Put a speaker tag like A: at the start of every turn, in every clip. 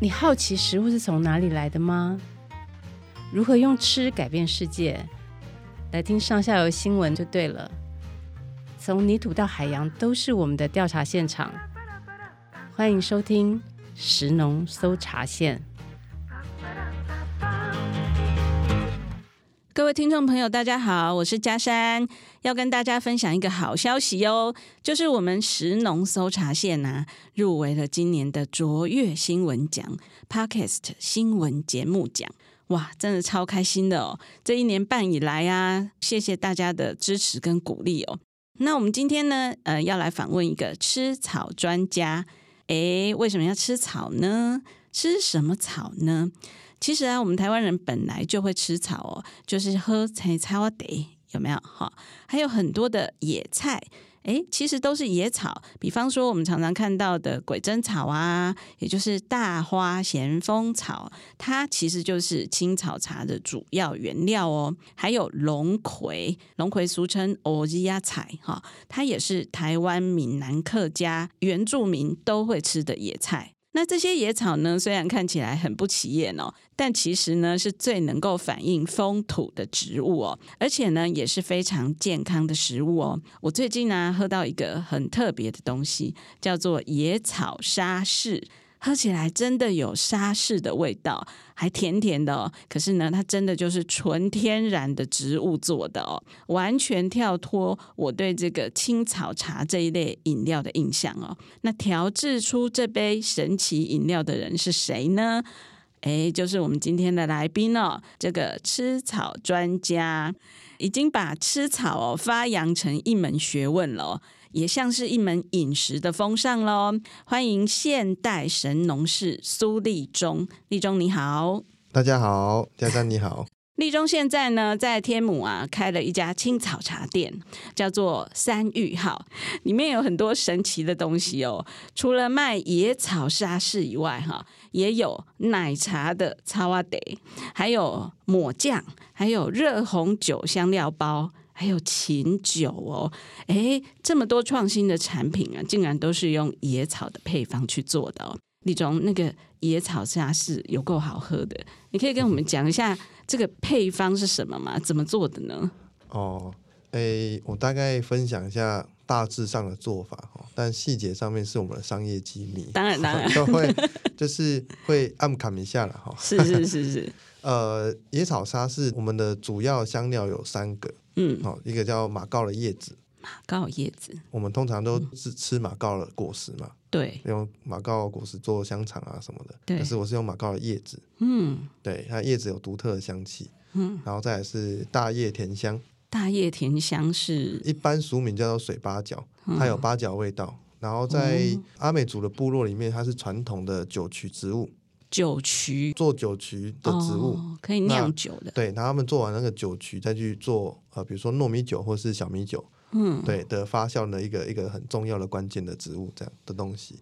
A: 你好奇食物是从哪里来的吗？如何用吃改变世界？来听上下游新闻就对了。从泥土到海洋，都是我们的调查现场。欢迎收听《食农搜查线》。
B: 各位听众朋友，大家好，我是嘉山，要跟大家分享一个好消息哟、就是我们食农搜查线啊，入围了今年的卓越新闻奖 Podcast 新闻节目奖。哇，真的超开心的哦！这一年半以来啊，谢谢大家的支持跟鼓励哦。那我们今天呢，呃，要来访问一个吃草专家。诶，为什么要吃草呢？吃什么草呢？其实啊，我们台湾人本来就会吃草哦，就是喝菜草得有没有？哈、还有很多的野菜，诶，其实都是野草。比方说，我们常常看到的鬼针草啊，也就是大花咸丰草，它其实就是青草茶的主要原料哦。还有龙葵，龙葵俗称欧吉亚菜哈、它也是台湾闽南客家原住民都会吃的野菜。那这些野草呢，虽然看起来很不起眼哦，但其实呢是最能够反映风土的植物哦，而且呢也是非常健康的食物哦。我最近呢、喝到一个很特别的东西，叫做野草沙士。喝起来真的有沙士的味道，还甜甜的哦。可是呢，它真的就是纯天然的植物做的哦，完全跳脱我对这个青草茶这一类饮料的印象哦。那调制出这杯神奇饮料的人是谁呢？诶，哎就是我们今天的来宾哦，这个吃草专家已经把吃草哦发扬成一门学问了哦，也像是一门饮食的风尚喽。欢迎现代神农氏苏立忠，立忠你好。
C: 大家好，嘉山你好，
B: 立忠现在呢，在天母啊开了一家青草茶店，叫做三玉号，里面有很多神奇的东西哦。除了卖野草沙士以外，哈，也有奶茶的啊茶瓦得，还有抹酱，还有热红酒香料包。还有琴酒哦，诶，这么多创新的产品啊，竟然都是用野草的配方去做的哦。李总，那个野草沙士有够好喝的，你可以跟我们讲一下这个配方是什么吗？怎么做的呢？
C: 哦，诶，我大概分享一下大致上的做法哦，但细节上面是我们的商业机密，，
B: 当然，当然
C: 都会就是会暗砍一下了哈。
B: 是是是嗯是，
C: 呃，野草沙是我们的主要香料有三个，
B: 嗯，
C: 哦，一个叫马告的叶子，
B: 马告叶子，
C: 我们通常都是吃马告的果实嘛，
B: 对，
C: 用马告果实做香肠啊什么的，
B: 对
C: 但是我是用马告的叶子，
B: 嗯，
C: 对，它叶子有独特的香气，
B: 嗯，
C: 然后再来是大叶甜香。
B: 大叶甜香是，
C: 一般俗名叫做水八角，
B: 嗯
C: 它有八角味道。然后在
B: 哦
C: 阿美族的部落里面，它是传统的酒曲植物，
B: 酒曲
C: 做酒曲的植物。
B: 哦、可以酿酒的，
C: 对，然后他们做完那个酒曲，再去做呃，比如说糯米酒或是小米酒，
B: 嗯，
C: 对的发酵的一个一个很重要的关键的植物这样的东西。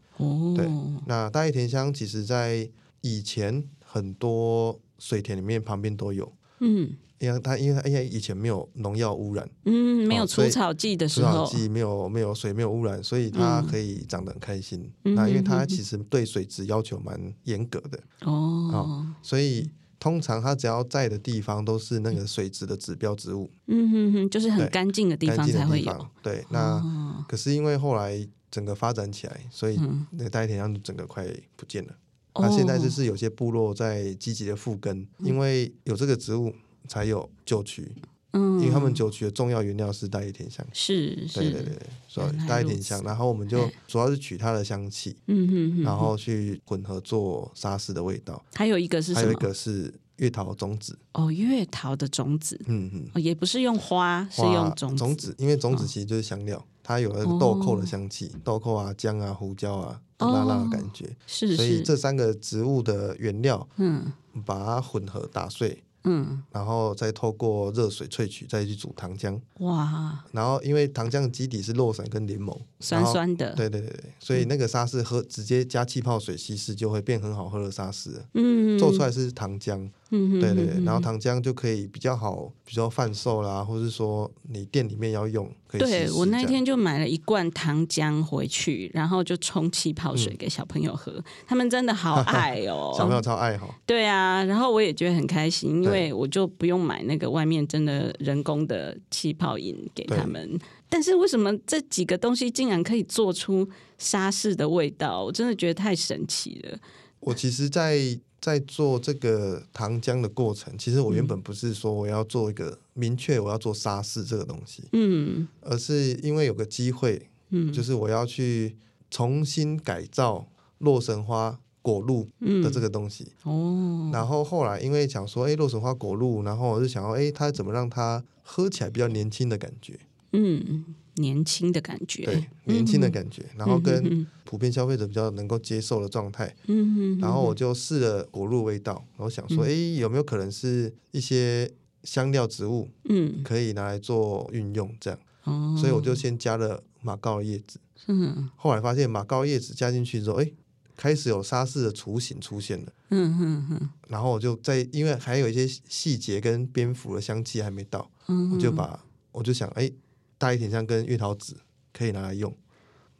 C: 对
B: 哦，
C: 那大叶甜香其实在以前很多水田里面旁边都有，
B: 嗯
C: 因为它因为它因为以前没有农药污染，
B: 嗯，没有
C: 哦所
B: 除
C: 以
B: 草剂的
C: 除
B: 时
C: 草
B: 候，
C: 剂没有没有水没有污染，所以它
B: 嗯
C: 可以长得很开心。
B: 嗯
C: 那因为
B: 哼哼
C: 它
B: 哼
C: 其实对水质要求蛮严格的，
B: 哦，
C: 所以通常它只要在的地方都是那个水质的指标植物，
B: 嗯哼哼，就是很
C: 对
B: 干净的地
C: 干
B: 方
C: 净
B: 才
C: 的
B: 会
C: 地
B: 有
C: 方，。对，那
B: 哦
C: 可是因为后来整个发展起来，所以
B: 嗯
C: 那个大叶田香整个快不见了。那现在就是有些部落在积极的复耕，因为有这个植物才有酒曲，
B: 嗯，
C: 因为他们酒曲的重要原料是大叶甜香。
B: 是
C: 对
B: 是，
C: 对对对，所
B: 原来
C: 以带一
B: 如
C: 点
B: 此哎
C: 香，然后我们就主要是取它的香气，
B: 嗯哼哼，
C: 然后去混合做沙士的味道。
B: 还有一个是
C: 还
B: 什
C: 有一
B: 么？
C: 个是月桃种子，
B: 哦，月桃的种子，
C: 嗯嗯，
B: 哦，也不是用花，是用
C: 花
B: 种
C: 种
B: 子。哦
C: 子，因为种子其实就是香料，它有那个豆蔻的香气，豆蔻啊、姜啊、胡椒啊，
B: 哦
C: 辣辣的感觉。
B: 是
C: 所以
B: 是，
C: 这三个植物的原料，
B: 嗯
C: 把它混合打碎，
B: 嗯，
C: 然后再透过热水萃取，再去煮糖浆。
B: 哇，
C: 然后因为糖浆的基底是洛神跟柠檬，然
B: 酸
C: 后
B: 酸的，嗯
C: 对对对对，所以那个沙士喝直接加气泡水稀释就会变很好喝的沙士了，
B: 嗯，
C: 做出来是糖浆，
B: 嗯哼，
C: 对对
B: 嗯
C: 对，然后糖浆就可以比较好，比如说贩售啦，或是说你店里面要用，可以稀
B: 对
C: 释
B: 我那
C: 这样
B: 天就买了一罐糖浆回去，然后就冲气泡
C: 嗯
B: 水给小朋友喝，他们真的 好爱
C: 小朋友
B: 哦。
C: 超爱好，
B: 对啊，然后我也觉得很开心，因
C: 对
B: 为我就不用买那个外面真的人工的气泡饮给他们。但是为什么这几个东西竟然可以做出沙士的味道？我真的觉得太神奇了。
C: 我其实在，在做这个糖浆的过程，其实我原本不是说我要做一个明确我要做沙士这个东西，
B: 嗯
C: 而是因为有个机会，
B: 嗯，
C: 就是我要去重新改造洛神花果露的这个东西。
B: 嗯哦，
C: 然后后来因为想说，哎，洛神花果露，然后我就想要，哎，它怎么让它喝起来比较年轻的感觉？
B: 嗯，年轻的感觉，
C: 对，年轻的感觉，然后
B: 嗯
C: 跟
B: 嗯
C: 普遍消费者比较能够接受的状态。
B: 嗯嗯嗯
C: 然后我就试了果露味道，然后想说，哎、有没有可能是一些香料植物
B: 嗯
C: 可以拿来做运用？这样，
B: 哦，
C: 所以我就先加了马告叶子。
B: 嗯
C: 后来发现马告叶子加进去之后，哎，开始有沙士的雏形出现了。
B: 嗯嗯嗯
C: 然后我就在，因为还有一些细节跟蝙蝠的香气还没到，
B: 嗯，
C: 我就把我就想，哎，大一甜香跟月桃子可以拿来用，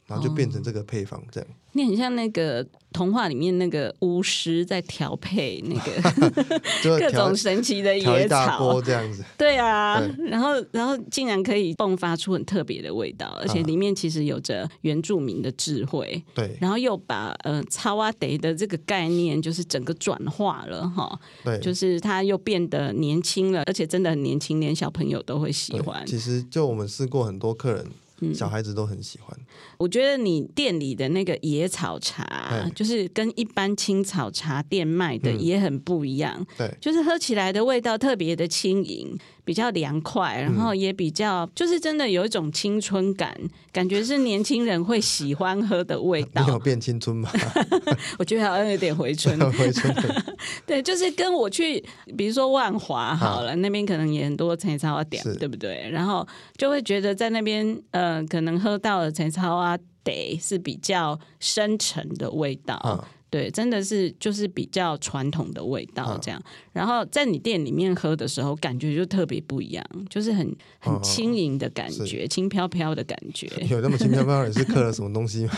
C: 然后就变成这个配方这样。
B: 你很像那个童话里面那个巫师在调配那个
C: 就
B: 各
C: 调
B: 种神奇的
C: 调
B: 野
C: 一大
B: 草
C: 锅，这样子，
B: 对啊，
C: 对
B: 然后然后竟然可以迸发出很特别的味
C: 啊
B: 道，而且里面其实有着原住民的智慧，
C: 对
B: 然后又把呃超阿德的这个概念就是整个转化了哈，
C: 对，
B: 就是它又变得年轻了，而且真的很年轻，连小朋友都会喜
C: 对，
B: 欢。嗯
C: 其实就我们试过很多客人，小孩子都很喜欢。
B: 我觉得你店里的那个野草茶
C: 哎，
B: 就是跟一般青草茶店卖的
C: 嗯
B: 也很不一样，
C: 对
B: 就是喝起来的味道特别的轻盈，比较凉
C: 嗯
B: 快，然后也比较、就是真的有一种青春感，感觉是年轻人会喜欢喝的味
C: 你有
B: 道。
C: 变青春吗？
B: 我觉得好像有点回春，
C: 回春的
B: 对，就是跟我去，比如说万华好了，那边可能也很多陈超啊点
C: 啊是，
B: 对不对？然后就会觉得在那边，呃，可能喝到的陈超啊得是比较深沉的味道，
C: 啊，
B: 对，真的是就是比较传统的味道
C: 啊
B: 这样。然后在你店里面喝的时候，感觉就特别不一样，就是很很
C: 嗯
B: 轻盈的感
C: 是
B: 觉，轻飘飘的感 觉。
C: 有那么轻飘飘也是刻了什么东西吗？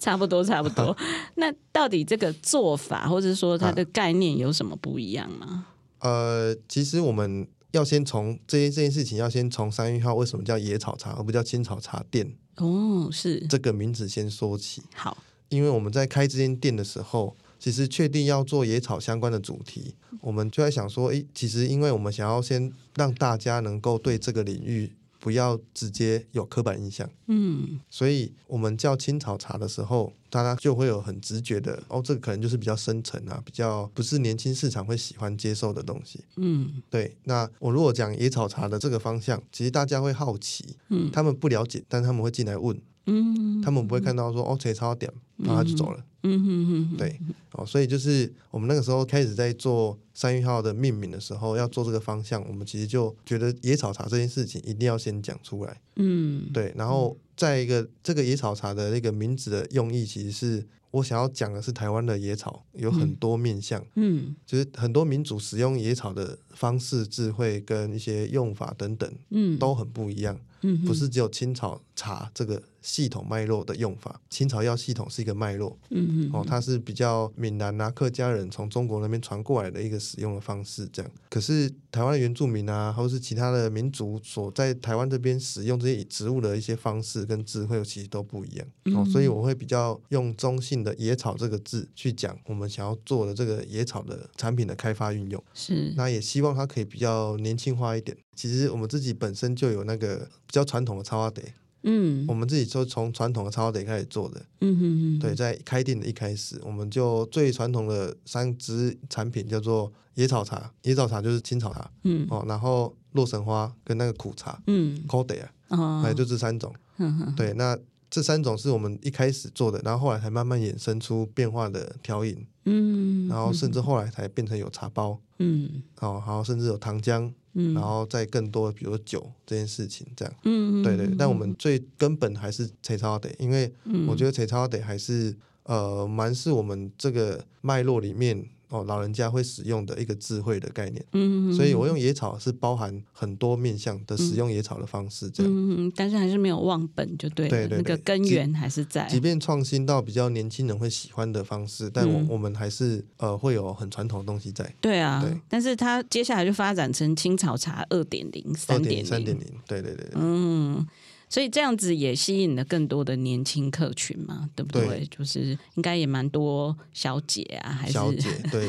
B: 差不多，差不 多。那到底这个做法，或者说它的概念有什么不一样吗？
C: 呃，其实我们要先从这件这件事情，要先从三月号为什么叫野草茶而不叫青草茶店
B: 哦，是
C: 这个名字先说起，
B: 好，
C: 因为我们在开这间店的时候。其实确定要做野草相关的主题，我们就在想说，诶，其实因为我们想要先让大家能够对这个领域不要直接有刻板印象，
B: 嗯
C: 所以我们叫青草茶的时候，大家就会有很直觉的哦，这个可能就是比较深沉啊，比较不是年轻市场会喜欢接受的东西。
B: 嗯
C: 对，那我如果讲野草茶的这个方向，其实大家会好奇，
B: 嗯
C: 他们不了解，但他们会进来问，
B: 嗯
C: 他们不会看到说哦，谁超点，然后他就走了。
B: 嗯嗯嗯，
C: 对，哦，所以就是我们那个时候开始在做三月号的命名的时候，要做这个方向，我们其实就觉得野草茶这件事情一定要先讲出来。
B: 嗯
C: 对，然后再一个，这个野草茶的那个名字的用意，其实是我想要讲的是台湾的野草有很多面向，
B: 嗯
C: 就是很多民族使用野草的方式、智慧跟一些用法等等
B: 嗯，
C: 都很不一样，
B: 嗯
C: 不是只有青草茶这个系统脉络的用法。青草药系统是一个脉络，
B: 嗯
C: 哦，它是比较闽南啊、客家人从中国那边传过来的一个使用的方式，这样。可是台湾的原住民啊，或是其他的民族所在台湾这边使用这些植物的一些方式跟智慧，其实都不一样。
B: 嗯
C: 哦，所以我会比较用中性的“野草”这个字去讲我们想要做的这个野草的产品的开发运用。
B: 是
C: 那也希望它可以比较年轻化一点。其实我们自己本身就有那个比较传统的超阿得，
B: 嗯
C: 我们自己就从传统的超阿得开始做的。
B: 嗯嗯
C: 对，在开店的一开始，我们就最传统的三支产品叫做野草茶，野草茶就是青草茶
B: 嗯
C: 哦，然后洛神花跟那个苦茶
B: 嗯
C: c o d e 啊，
B: 哦
C: 哎，就这三种。
B: 嗯
C: 对，那这三种是我们一开始做的，然后后来才慢慢衍生出变化的调饮，
B: 嗯
C: 然后甚至后来才变成有茶包
B: 嗯
C: 哦，然后甚至有糖浆，
B: 嗯
C: 然后再更多比如酒这件事情这样。
B: 嗯嗯
C: 对对，但我们最根本还是采草得，因为我觉得采草得还是呃，蛮是我们这个脉络里面哦，老人家会使用的一个智慧的概念。
B: 嗯，
C: 所以我用野草是包含很多面向的使用野草的方式，这样。
B: 嗯，嗯但是还是没有忘本，就对了，
C: 对对对
B: 那个根源还是在。
C: 即便创新到比较年轻人会喜欢的方式，但我、
B: 嗯
C: 我们还是呃会有很传统的东西在。
B: 对啊，
C: 对
B: 但是它接下来就发展成青草茶二点零、
C: 二
B: 三
C: 点
B: 点
C: 三点零，对对对对，
B: 嗯，所以这样子也吸引了更多的年轻客群嘛，对不对？
C: 对
B: 就是应该也蛮多小姐啊，还是
C: 小姐，对，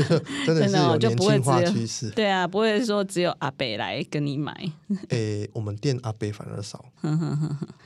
C: 真的
B: 真
C: 是
B: 的哦
C: 有
B: 就
C: 年
B: 不会
C: 轻化
B: 只有。
C: 趋势
B: 对啊，不会说只有阿北来跟你买，
C: 诶、我们店阿伯反而少，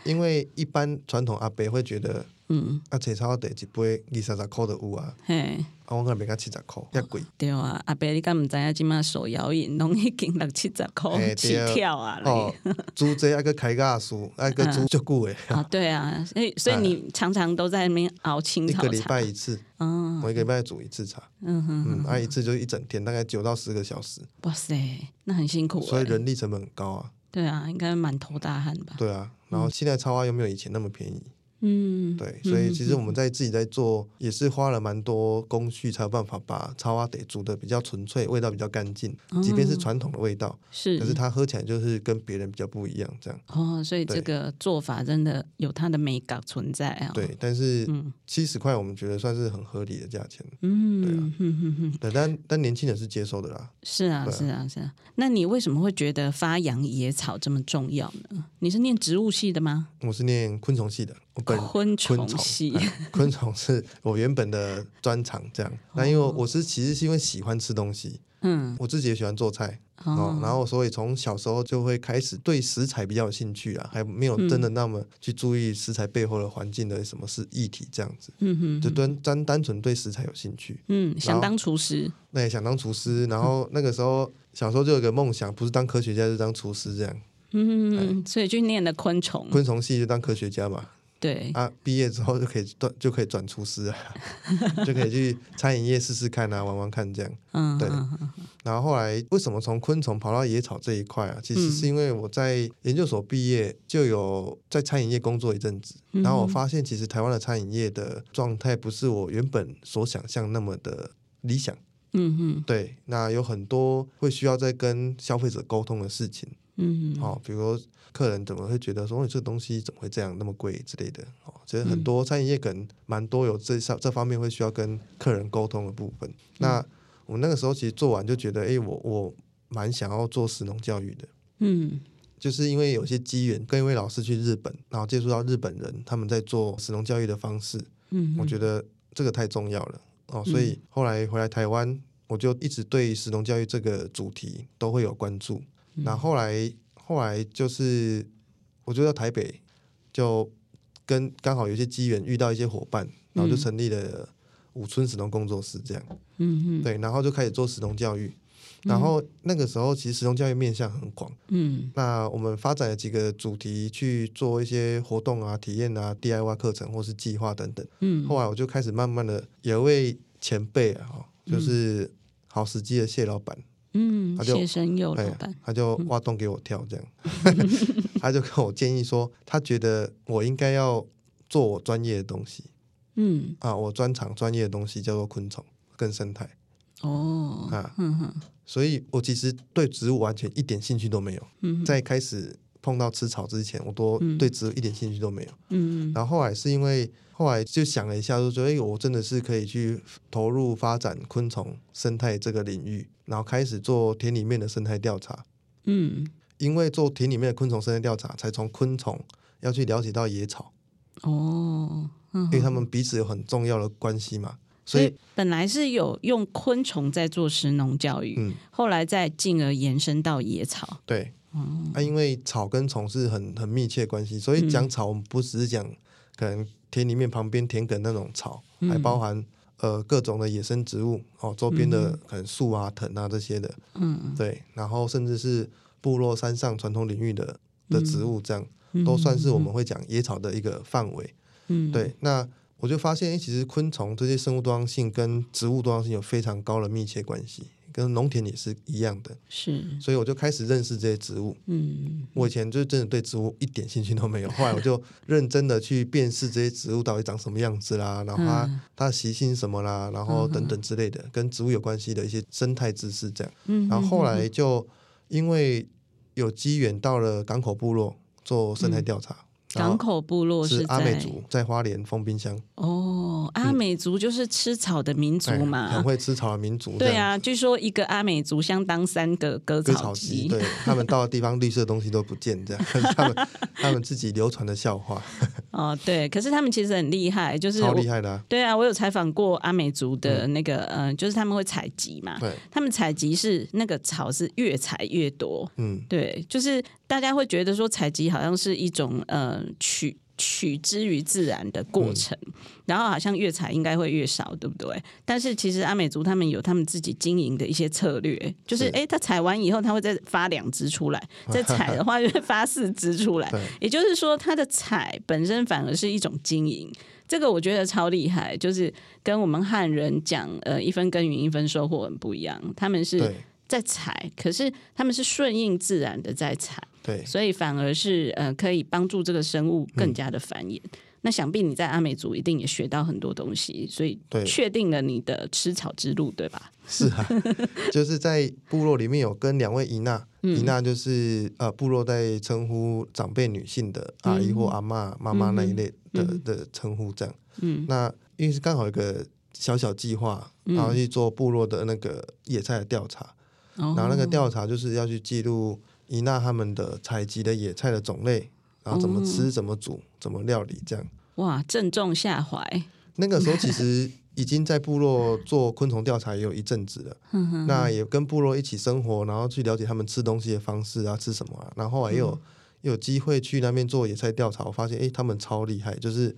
C: 因为一般传统阿伯会觉得
B: 嗯，
C: 啊，菜草得一杯二三十块的有啊，
B: 嘿，
C: 啊，我可能卖到七十块，遐贵。
B: 对啊，阿北你敢毋知影即马手摇饮拢已经六七十箍
C: 嘿
B: 哦起
C: 对
B: 跳啊嘞！嗯
C: 哦，租这个还个开价数，还个租足久诶，
B: 啊，对啊，所以所以你常常都在那边熬青
C: 哎一
B: 草
C: 个礼
B: 茶
C: 拜，一次，
B: 嗯
C: 我一个礼拜煮一次茶，
B: 嗯哼，
C: 嗯，啊，一次就是一整天，大概九到十个小时，
B: 哇塞，那很辛苦欸，
C: 所以人力成本很高啊，
B: 对啊，应该满头大汗吧？
C: 对啊。然后现在插花又没有以前那么便宜，
B: 嗯，
C: 对，所以其实我们在自己在做，也是花了蛮多工序才有办法把插花得煮的比较纯粹，味道比较干净，即便是传统的味道，
B: 哦是
C: 可是它喝起来就是跟别人比较不一样，这样。
B: 哦，所以这
C: 对
B: 个做法真的有它的美感存在啊。
C: 对，，但是
B: 嗯
C: 七十块我们觉得算是很合理的价钱，
B: 嗯，
C: 对啊
B: 哼哼哼
C: 对，但但年轻人是接受的啦。
B: 是啊，
C: 对啊
B: 是啊，是啊。那你为什么会觉得发扬野草这么重要呢？你是念植物系的吗？
C: 我是念昆虫系的，我本
B: 哦昆虫
C: 昆虫
B: 系，
C: 哎昆虫是我原本的专长，这
B: 哦
C: 样。那因为我是其实是因为喜欢吃东西，
B: 嗯，
C: 我自己也喜欢做菜，哦，
B: 哦，
C: 然后所以从小时候就会开始对食材比较有兴趣啊，还没有
B: 嗯
C: 真的那么去注意食材背后的环境的什么是议题这样子，
B: 嗯哼，
C: 就单单单纯对食材有兴趣。
B: 嗯，想
C: 后
B: 当厨师，
C: 那也想当厨师，
B: 嗯
C: 然后那个时候小时候就有个梦想，不是当科学家就是当厨师这样，
B: 嗯，所以去念了昆虫，
C: 昆虫系就当科学家嘛，
B: 对，
C: 啊，毕业之后就可以转就可以转厨师啊， 就可以去餐饮业试试看啊，玩玩看这样。
B: 嗯，
C: 对
B: 嗯嗯
C: 然后后来为什么从昆虫跑到野草这一块啊？其实
B: 嗯
C: 是因为我在研究所毕业就有在餐饮业工作一阵子，
B: 嗯
C: 然后我发现其实台湾的餐饮业的状态不是我原本所想象那么的理想。
B: 嗯哼，
C: 对，那有很多会需要在跟消费者沟通的事情，
B: 嗯哼，
C: 哦，比如说客人怎么会觉得说哦你这个东西怎么会这样那么贵之类的，哦，其实很多餐饮业可能蛮多有这上这方面会需要跟客人沟通的部分。那我们那个时候其实做完就觉得，哎，我我蛮想要做食农教育的。
B: 嗯
C: 就是因为有些机缘，跟一位老师去日本，然后接触到日本人他们在做食农教育的方式，
B: 嗯，
C: 我觉得这个太重要了哦，所以后来回来台湾，我就一直对食农教育这个主题都会有关注。那、
B: 嗯
C: 后来后来就是我就到台北，就跟刚好有一些机缘遇到一些伙伴，然后就成立了五村食农工作室这样。
B: 嗯
C: 对，然后就开始做食农教育。然后那个时候，其实食农教育面向很广。
B: 哼，嗯
C: 那我们发展了几个主题去做一些活动啊、体验啊、DIY 课程或是计划等等。
B: 嗯，
C: 后来我就开始慢慢的，有一位前辈啊，哦就是好时机的谢老板，
B: 嗯，
C: 他就
B: 谢生佑嗯老
C: 哎
B: 板，，嗯
C: 他就挖洞给我跳，这样， 他就跟我建议说，他觉得我应该要做我专业的东西
B: 嗯，
C: 啊，我专长专业的东西叫做昆虫跟生态
B: 哦，
C: 啊，
B: 嗯哼，
C: 所以我其实对植物完全一点兴趣都没有，
B: 嗯
C: 在开始碰到吃草之前，我都对植物一点兴趣都没有。
B: 嗯
C: 然后后来是因为后来就想了一下，就觉得哎，我真的是可以去投入发展昆虫生态这个领域，然后开始做田里面的生态调查。
B: 嗯，
C: 因为做田里面的昆虫生态调查，才从昆虫要去了解到野草，
B: 哦，嗯
C: 因为它们彼此有很重要的关系嘛。
B: 所
C: 所以
B: 以，本来是有用昆虫在做食农教育，
C: 嗯，
B: 后来再进而延伸到野草。
C: 对，啊，因为草跟虫是很很密切的关系，所以
B: 嗯
C: 讲草，我们不只是讲可能田里面旁边田埂那种草，
B: 嗯
C: 还包含呃各种的野生植物哦，周边的可能树啊、藤啊这些的，
B: 嗯，
C: 对，然后甚至是部落山上传统领域的的植
B: 嗯
C: 物，这样、都算是我们会讲野草的一个范围。
B: 嗯，
C: 对，那我就发现，诶其实昆虫这些生物多样性跟植物多样性有非常高的密切关系，跟农田也是一样的，
B: 是，
C: 所以我就开始认识这些植物。
B: 嗯，
C: 我以前就真的对植物一点兴趣都没有，后来 我就认真的去辨识这些植物到底长什么样子啦，然后它、
B: 嗯
C: 它的习性什么啦，然后等等之类的，跟植物有关系的一些生态知识这样。
B: 嗯
C: 然后后来就因为有机缘到了港口部落做生态调查，然
B: 嗯港
C: 后
B: 口部落
C: 是
B: 在
C: 阿美族在花莲丰滨乡，
B: 哦，阿美族就是吃草的民族
C: 哎
B: 嘛
C: 嗯很，会吃草的 民族，
B: 对
C: 这样，
B: 啊，据说一个阿美族相当三个割
C: 割
B: 草
C: 草
B: 机
C: 机，，对他们到的地方绿色的东西都不见，这样 他们他们自己流传的笑话，
B: 哦，对，可是他们其实很厉害，就是
C: 超
B: 我
C: 厉害的、啊，
B: 对啊，我有采访过阿美族的那个，嗯、呃，就是他们会采集嘛，
C: 对，
B: 他们采集是那个草是越采越多，
C: 嗯，
B: 对，就是大家会觉得说采集好像是一种呃取取之于自然的
C: 嗯
B: 过程，然后好像越采应该会越少，对不对？但是其实阿美族他们有他们自己经营的一些策略，就是
C: 是
B: 哎，诶他采完以后他会再发两只出 来，再采的话就会发四只出来
C: 对，
B: 也就是说它的采本身反而是一种经营。这个我觉得超厉害，就是跟我们汉人讲，呃，一分耕耘一分收获很不一样。他们是
C: 对
B: 在采，可是他们是顺应自然的在采，
C: 对，嗯
B: 所以反而是呃可以帮助这个生物更加的繁衍。那想必你在阿美族一定也学到很多东西，所以
C: 对
B: 确定了你的吃草之路，对吧？
C: 是啊， 就是在部落里面有跟两位姨娜，姨娜就是呃部落在称呼长辈女性的阿姨或阿嬷、妈妈那一类的、的称呼这样。嗯，那因为是刚好有个小小计划，然后去做部落的那个野菜的调查，
B: 哦
C: 然后那个调查就是要去记录姨娜他们的采集的野菜的种类，然后怎么吃、怎么煮、怎么料理这样。
B: 哇，正中下怀，
C: 那个时候其实已经在部落做昆虫调查也有一阵子了，那也跟部落一起生活，然后去了解他们吃东西的方式啊，吃什么啊，然后后来也有、也有机会去那边做野菜调查，我发现诶，他们超厉害，就是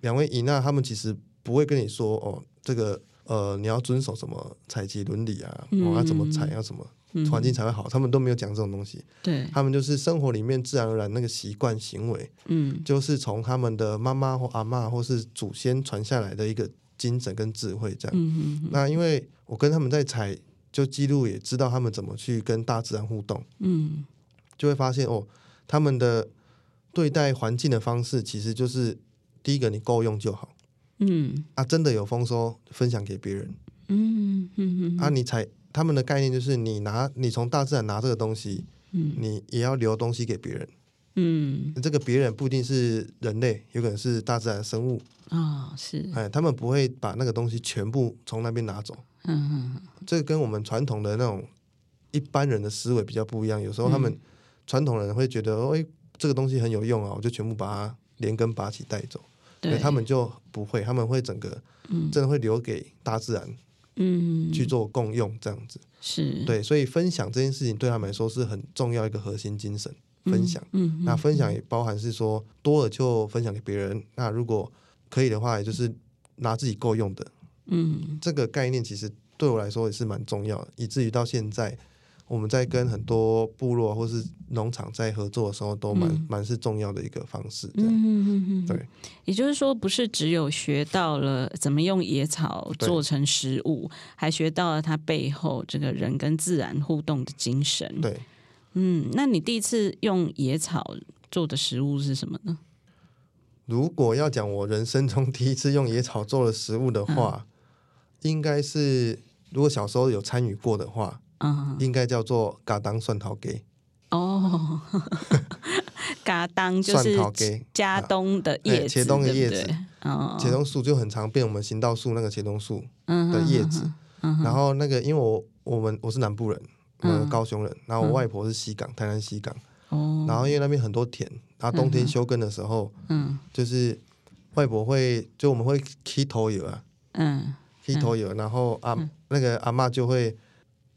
C: 两位姨娜他们其实不会跟你说哦，这个呃你要遵守什么采集伦理啊，哦要怎么采要什么。
B: 嗯
C: 环境才会好，他们都没有讲这种东西，
B: 对，
C: 他们就是生活里面自然而然那个习惯行为，
B: 嗯
C: 就是从他们的妈妈或阿嬷或是祖先传下来的一个精神跟智慧这样。
B: 嗯
C: 那因为我跟他们在采，就记录也知道他们怎么去跟大自然互动，
B: 嗯，
C: 就会发现哦，他们的对待环境的方式其实就是第一个你够用就好
B: 嗯
C: 啊，真的有丰收分享给别人
B: 嗯嗯嗯
C: 啊，你采他们的概念就是你拿你从大自然拿这个东西，你也要留东西给别人。
B: 嗯
C: 这个别人不一定是人类，有可能是大自然生物，
B: 啊、哦，是，
C: 哎，他们不会把那个东西全部从那边拿走。
B: 嗯嗯
C: 这个跟我们传统的那种一般人的思维比较不一样。有时候他们
B: 嗯
C: 传统人会觉得，哎、这个东西很有用啊，我就全部把它连根拔起带走。
B: 对，
C: 他们就不会，他们会整个真的会留给大自然
B: 嗯
C: 去做共用这样子。
B: 是，
C: 对，所以分享这件事情对他们来说是很重要一个核心精神。分享，
B: 嗯
C: 那分享也包含是说多了就分享给别人。那如果可以的话，也就是拿自己够用的，
B: 嗯
C: 这个概念其实对我来说也是蛮重要的，以至于到现在我们在跟很多部落或是农场在合作的时候，都蛮、
B: 嗯
C: 蛮是重要的一个方式。这样、
B: 嗯嗯嗯，
C: 对，
B: 也就是说，不是只有学到了怎么用野草
C: 对
B: 做成食物，还学到了它背后这个人跟自然互动的精神。
C: 对，
B: 嗯，那你第一次用野草做的食物是什么呢？
C: 如果要讲我人生中 第一次用野草做的食物的话，
B: 嗯
C: 应该是如果小时候有参与过的话，
B: 啊、
C: 应该叫做嘎当蒜头给
B: 哦，嘎当就
C: 蒜
B: 是
C: 头给
B: 加冬的叶
C: 哎
B: 子，
C: 茄冬的叶子
B: 对不对，哦，
C: 茄冬树就很常变我们行道树那个茄冬树
B: 嗯
C: 的
B: 哼
C: 叶子，然后那个因为我我们我是南部人，嗯，高雄人，然后我外婆是西港，台南西港，
B: 哦，
C: 然后因为那边很多田，然后冬天休耕的时候，
B: 嗯
C: 就是外婆会就我们会剃头油啊，
B: 嗯
C: 剃头油，然后阿、那个阿嬷就会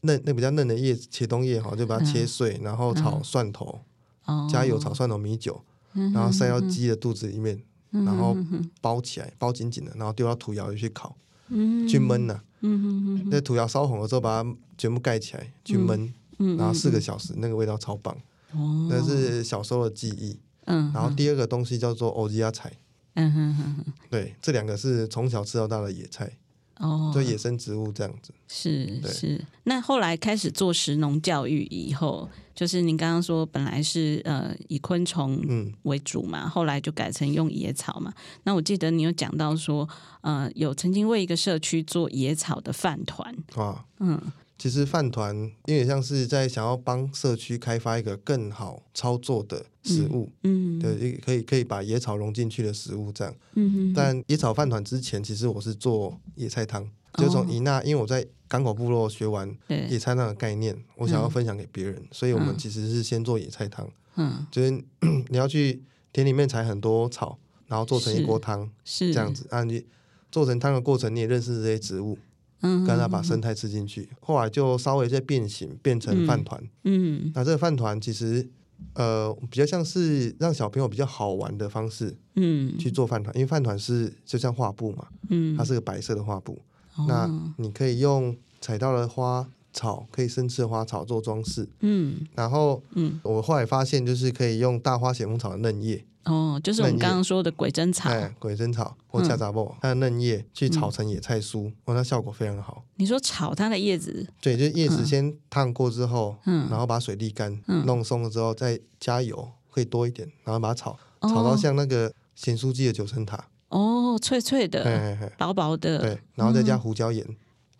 C: 嫩那比较嫩的叶子茄冬叶哈，就把它
B: 嗯
C: 切碎，然后炒蒜头，
B: 哦，
C: 加油炒蒜头米酒，
B: 嗯
C: 然后塞到鸡的肚子里面，然后包起来，包紧紧的，然后丢到土窑里去烤，去焖呐、
B: 嗯嗯
C: 那土窑烧红了之后，把它全部盖起来去焖，
B: 嗯
C: 然后四个小时，那个味道超棒。
B: 哦
C: 那是小时候的记忆。
B: 嗯
C: 然后第二个东西叫做欧吉亚菜，
B: 嗯哼哼哼
C: 对，这两个是从小吃到大的野菜。
B: 哦，
C: 就野生植物这样子。
B: 是
C: 对
B: 是。那后来开始做食农教育以后，就是您刚刚说本来是呃以昆虫
C: 嗯，
B: 为主嘛，后来就改成用野草嘛。那我记得你有讲到说，呃，有曾经为一个社区做野草的饭团，
C: 啊，
B: 嗯，
C: 其实饭团有点像是在想要帮社区开发一个更好操作的食物。
B: 嗯，
C: 对，一可以可以把野草融进去的食物这样，
B: 嗯，
C: 但野草饭团之前，其实我是做野菜汤，就从
B: 哦
C: 一纳，因为我在港口部落学完野
B: 对，
C: 菜汤的概念，我想要
B: 嗯
C: 分享给别人，所以我们
B: 嗯
C: 其实是先做野菜汤，
B: 嗯，
C: 就是 你要去田里面采很多草，然后做成一锅
B: 是嗯
C: 汤
B: 是
C: 这样，子，啊，你做成汤的过程，你也认识这些植物，
B: 嗯，
C: 跟它把生态吃进去，后来就稍微再变形，变成饭团。
B: 嗯
C: 那这个饭团其实。呃，比较像是让小朋友比较好玩的方式
B: 嗯
C: 去做饭团，因为饭团是就像画布嘛，
B: 嗯，
C: 它是个白色的画布，
B: 哦
C: 那你可以用采到的花草，可以生吃的花草做装饰。
B: 嗯
C: 然后
B: 嗯
C: 我后来发现，就是可以用大花咸丰草的嫩叶，
B: 哦，就是我们
C: 嫩叶
B: 刚刚说的鬼针草，
C: 哎，鬼针草或
B: 嗯
C: 恰杂布，它的嫩叶去炒成野菜酥，哇，那效果非常好。
B: 你说炒它的叶子，
C: 对，就是叶子先烫过之后，
B: 嗯
C: 然后把水沥干，
B: 嗯
C: 弄松了之后再加油，可以多一点，然后把它炒，
B: 哦
C: 炒到像那个咸酥鸡的九层塔，
B: 哦，脆脆的，
C: 哎哎哎，
B: 薄薄的，
C: 对，然后再加胡椒盐，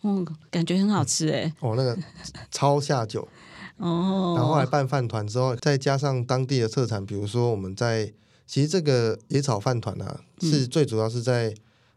B: 嗯，感觉很好吃哎。
C: 哦，那个 超下酒。
B: 哦，
C: 然后后来办饭团之后，再加上当地的特产，比如说我们在其实这个野草饭团啊，
B: 嗯
C: 是最主要是在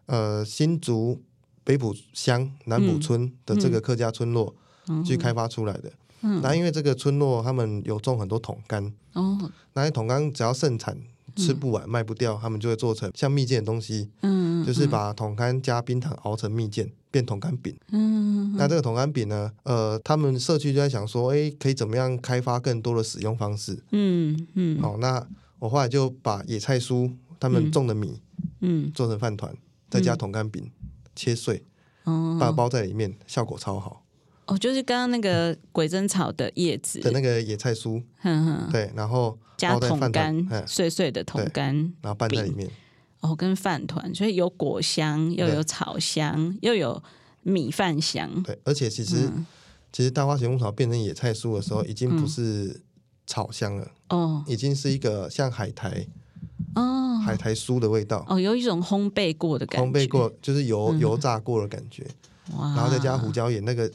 C: 呃新竹北埔乡南埔村的这个客家村落
B: 嗯
C: 去开发出来的。
B: 嗯
C: 那因为这个村落他们有种很多桶柑，
B: 哦，
C: 那些桶柑只要盛产吃不完卖不掉，他们就会做成像蜜饯的东西，
B: 嗯，
C: 就是把桶柑加冰糖熬成蜜饯，变桶柑饼。
B: 嗯，
C: 那这个桶柑饼呢，呃，他们社区就在想说，哎，可以怎么样开发更多的使用方式？
B: 嗯嗯
C: 好、那我后来就把野菜蔬他们
B: 嗯
C: 种的米
B: 嗯
C: 做成饭团，再加
B: 嗯
C: 桶干饼切碎，
B: 哦
C: 把它包在里面，效果超好。
B: 哦，就是刚刚那个鬼针草的叶子，
C: 的那个野菜蔬，
B: 呃哼哼，
C: 对，然后
B: 加
C: 包在
B: 桶
C: 饭团，嗯，
B: 干，碎碎的桶
C: 对
B: 干，
C: 然后拌在里面，
B: 哦，跟饭团，所以有果香，又
C: 对
B: 有草香，又有米饭香，
C: 对。而且其实、
B: 嗯
C: 其实大花咸丰草变成野菜蔬的时候，已经不是炒香了，
B: 哦
C: 已经是一个像海苔
B: 哦
C: 海苔酥的味道，
B: 哦，有一种烘焙过的感觉，嗯
C: 烘焙过就是油、油炸过的感觉。
B: 哇，
C: 然后再加胡椒盐，那个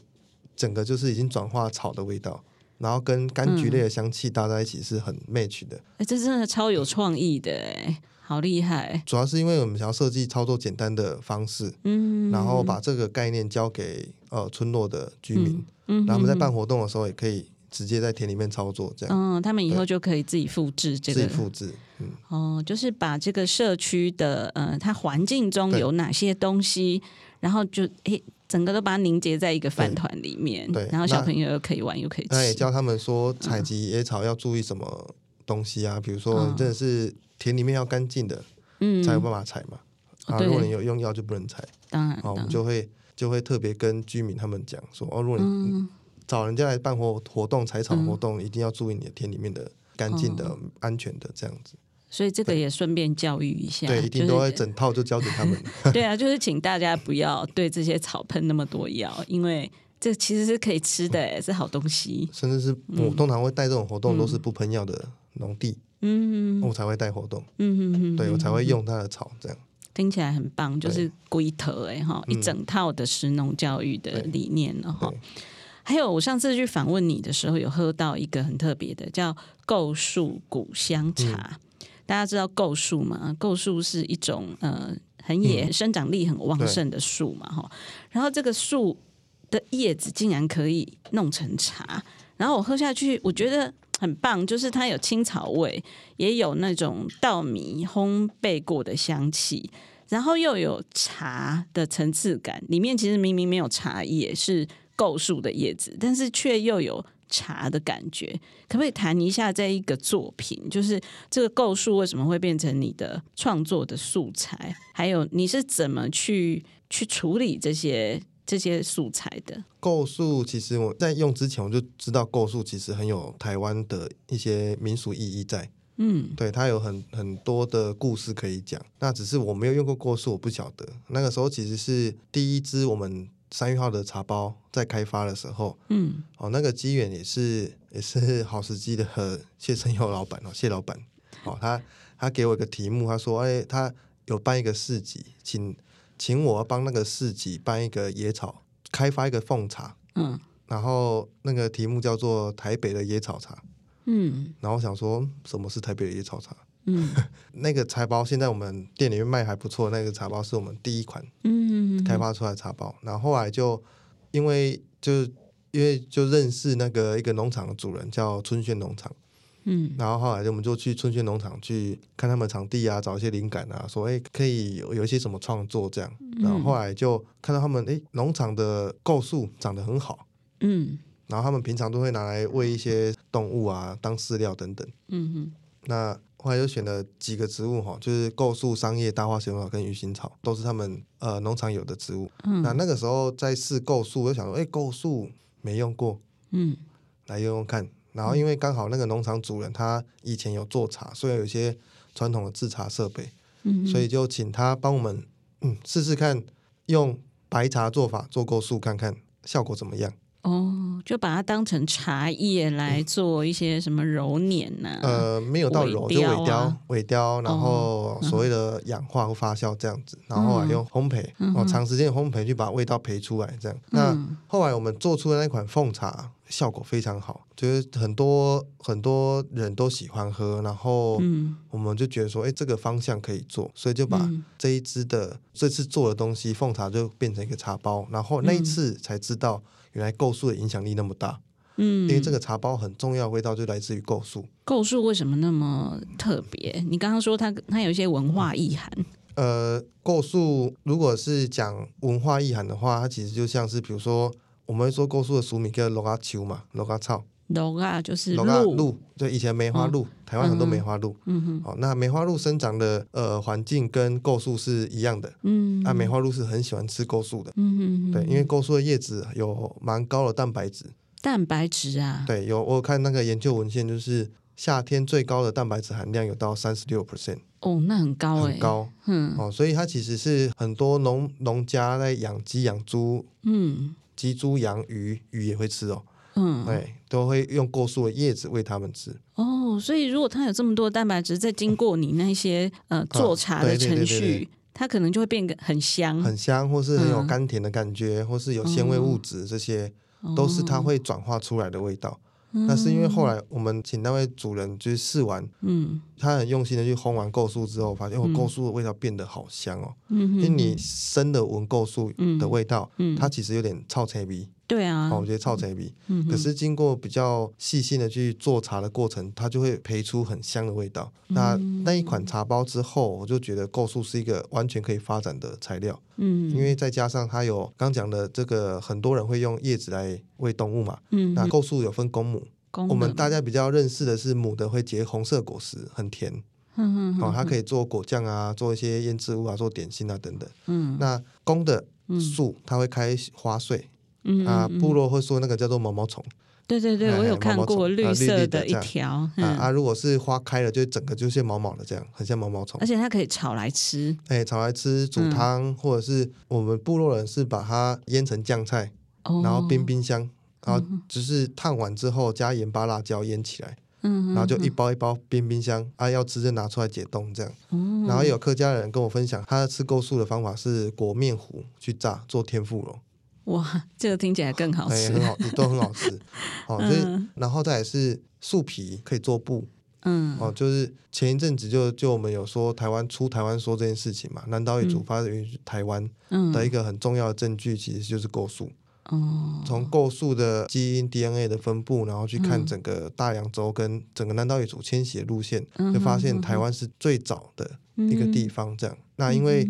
C: 整个就是已经转化草的味道，然后跟柑橘类的香气搭在一起是很 match 的。
B: 哎，这真的超有创意的哎，好厉害，
C: 主要是因为我们想要设计操作简单的方式，
B: 嗯，
C: 然后把这个概念交给呃村落的居民，
B: 嗯，嗯
C: 然后他们在
B: 哼
C: 办活动的时候也可以直接在田里面操作，这样、
B: 嗯，他们以后就可以自己复制这
C: 自己
B: 个
C: 复制。嗯，
B: 哦，就是把这个社区的呃，它环境中
C: 对
B: 有哪些东西，然后就诶，整个都把它凝结在一个饭团里面，
C: 对
B: 然后小
C: 那哎
B: 朋友又可以玩又可以
C: 那也
B: 吃，
C: 教他们
B: 嗯
C: 说采集野草要注意什么东西啊，比如说
B: 嗯
C: 真的是田里面要干净的
B: 嗯，
C: 才有办法采嘛，
B: 哦
C: 啊，
B: 对
C: 如果你有用药就不能采。
B: 当然，
C: 哦，我
B: 当
C: 们
B: 然
C: 就会就会特别跟居民他们讲说，哦，如果你
B: 嗯，
C: 找人家来办活活动、采草活动，一定要注意你的田里面的干净
B: 哦
C: 的、安全的这样子。
B: 所以这个也顺便教育一下，
C: 对，一定
B: 就
C: 都
B: 是
C: 会整套就交给他们。
B: 对啊，就是请大家不要对这些草喷那么多药，因为这其实是可以吃的诶，是好东西，
C: 甚至是我通常会带这种活动，都是不喷药的农地，
B: 嗯
C: 我才会带活动，
B: 嗯嗯，
C: 对我才
B: 会。
C: 会用它的草这样。
B: 听起来很棒，就是龟头哎哈，一
C: 嗯
B: 整套的食农教育的理念了哈
C: 对。
B: 还有，我上次去访问你的时候，有喝到一个很特别的，叫构树古香茶。
C: 嗯
B: 大家知道构树吗？构树是一种呃很野、
C: 嗯
B: 生长力很旺盛的树嘛哈。然后这个树的叶子竟然可以弄成茶，然后我喝下去，我觉得很棒，就是它有青草味，也有那种稻米烘焙过的香气，然后又有茶的层次感。里面其实明明没有茶叶，是构树的叶子，但是却又有茶的感觉。可不可以谈一下这一个作品？就是这个构树为什么会变成你的创作的素材？还有你是怎么去去处理这些这些素材的？
C: 构树其实我在用之前我就知道构树其实很有台湾的一些民俗意义在，
B: 嗯
C: 对，它有很很多的故事可以讲。那只是我没有用过过树，我不晓得。那个时候其实是第一支我们三月号的茶包在开发的时候，
B: 嗯
C: 哦，那个机缘也是也是好时机的 和谢生佑老板哦，谢老板哦，他他给我一个题目，他说，哎，他有办一个市集，请请我帮那个市集办一个野草，开发一个凤茶，
B: 嗯
C: 然后那个题目叫做台北的野草茶，
B: 嗯
C: 然后我想说嗯什么是台北的野草茶？
B: 嗯
C: 那个茶包现在我们店里面卖还不错，那个茶包是我们第一款
B: 嗯，
C: 开发出来的茶包，然后后来就因为就因为就认识那个一个农场的主人叫春轩农场，
B: 嗯
C: 然后后来就我们就去春轩农场去看他们场地啊，找一些灵感啊，说哎可以有有一些什么创作这样，然后后来就看到他们哎农场的构树长得很好，
B: 嗯
C: 然后他们平常都会拿来喂一些动物啊当饲料等等，
B: 嗯嗯
C: 那后来就选了几个植物哈，就是构树、桑叶、大花雪草跟鱼腥草，都是他们呃农场有的植物。
B: 嗯
C: 那那个时候在试构树，我就想说，哎、构树没用过，
B: 嗯
C: 来用用看。然后因为刚好那个农场主人他以前有做茶，所以有一些传统的制茶设备，
B: 嗯，
C: 所以就请他帮我们嗯试试看，用白茶做法做构树看看效果怎么样。
B: 哦，就把它当成茶叶来做一些什么揉捻呐、
C: 呃，没有到
B: 嗯尾
C: 揉，就
B: 雕
C: 尾雕
B: 啊，
C: 尾雕，然
B: 哦
C: 后所谓的氧化或发酵这样子，然后后来用烘焙，
B: 嗯
C: 哦，
B: 哼
C: 长时间的烘焙去把味道培出来，这样。那
B: 嗯
C: 后来我们做出的那款凤茶效果非常好，就是很多很多人都喜欢喝，然后
B: 嗯
C: 我们就觉得说，哎，这个方向可以做，所以就把
B: 嗯
C: 这一支的这次做的东西凤茶就变成一个茶包，然后那一
B: 嗯
C: 次才知道原来构树的影响力那么大，
B: 嗯，
C: 因为这个茶包很重要的味道就来自于构树。
B: 构树为什么那么特别？你刚刚说它它有一些文化意涵，
C: 呃，构树如果是讲文化意涵的话，它其实就像是比如说，我们会说构树的俗名叫罗嘎球嘛，罗嘎草，
B: 楼啊就是
C: 罗嘎鹿，对，以前梅花鹿，台湾很多梅花鹿。
B: 嗯哼
C: 哦，那梅花鹿生长的呃环境跟构树是一样的，
B: 嗯，
C: 那、梅花鹿是很喜欢吃构树的。
B: 嗯嗯哼，
C: 啊对，因为构树的叶子有蛮高的蛋白质，
B: 蛋白质啊，
C: 对，有我有看那个研究文献，就是夏天最高的蛋白质含量有到三十六 percent，
B: 哦，那很高哎、
C: 很，高。
B: 嗯
C: 哦，所以它其实是很多农农家在养鸡、养猪、
B: 嗯
C: 鸡、猪、羊、鱼，鱼也会吃哦，
B: 嗯，
C: 对，都会用过树的叶子喂它们吃。
B: 哦，所以如果它有这么多蛋白质，再经过你那些呃做茶的
C: 啊对对对
B: 程
C: 对
B: 序，
C: 对
B: 它可能就会变得很香，
C: 很香，或是很有
B: 嗯
C: 甘甜的感觉，或是有纤维物质，这些都是它会转化出来的味道。那是因为后来我们请那位主人去试完，
B: 嗯
C: 他很用心的去烘完构树之后，发现哦，构树的味道变得好香哦，
B: 嗯哼，
C: 因为你生的闻构树的味道，
B: 嗯
C: 它其实有点臭菜鼻，
B: 对啊，
C: 哦，我觉得超贼逼。
B: 嗯
C: 可是经过比较细心的去做茶的过程，它就会培出很香的味道。那
B: 嗯
C: 那一款茶包之后，我就觉得构树是一个完全可以发展的材料，
B: 嗯
C: 因为再加上它有刚讲的这个，很多人会用叶子来喂动物嘛。
B: 嗯，
C: 那构树有分公母，
B: 功
C: 我们
B: 能
C: 大家比较认识的是母的会结红色果实，很甜。
B: 嗯
C: 哦，它可以做果酱啊，做一些腌制物啊，做点心啊等等。
B: 嗯
C: 那公的树它会开花穗，
B: 嗯
C: 啊，
B: 嗯嗯
C: 部落会说那个叫做毛毛虫
B: 对对对，
C: 哎
B: 我有
C: 毛
B: 看
C: 毛
B: 过
C: 虫
B: 绿
C: 啊绿
B: 色
C: 绿的
B: 一
C: 这样
B: 条，
C: 啊啊，
B: 嗯，
C: 如果是花开了，就整个就是毛毛的这样，很像毛毛虫
B: 而。且它可以炒来吃，
C: 哎，炒来
B: 嗯
C: 吃煮汤，或者是我们部落人是把它腌成酱菜，
B: 哦，
C: 然后冰，冰箱，然后就是烫完之后加盐巴辣椒腌起来，
B: 嗯，
C: 然后就一包一包冰冰箱啊，要吃就拿出来解冻这样。
B: 嗯，
C: 然后有客家人跟我分享，他吃构素的方法是裹面糊去炸做天妇罗。
B: 哇，这个听起来更好
C: 哎，
B: 吃
C: 很，好，也都很 好吃。哦，所以然后再来是树皮可以做布
B: 嗯
C: 哦，就是前一阵子就就我们有说台湾出台湾说这件事情嘛，南岛语主发源于台湾
B: 嗯，
C: 的一个很重要的证据，其实就是构树。
B: 哦，
C: 从构树的基因 DNA 的分布，然后去
B: 嗯
C: 看整个大洋洲跟整个南岛语族迁徙的路线，
B: 嗯
C: 就发现台湾是最早的一个地方。这样，
B: 嗯
C: 那因为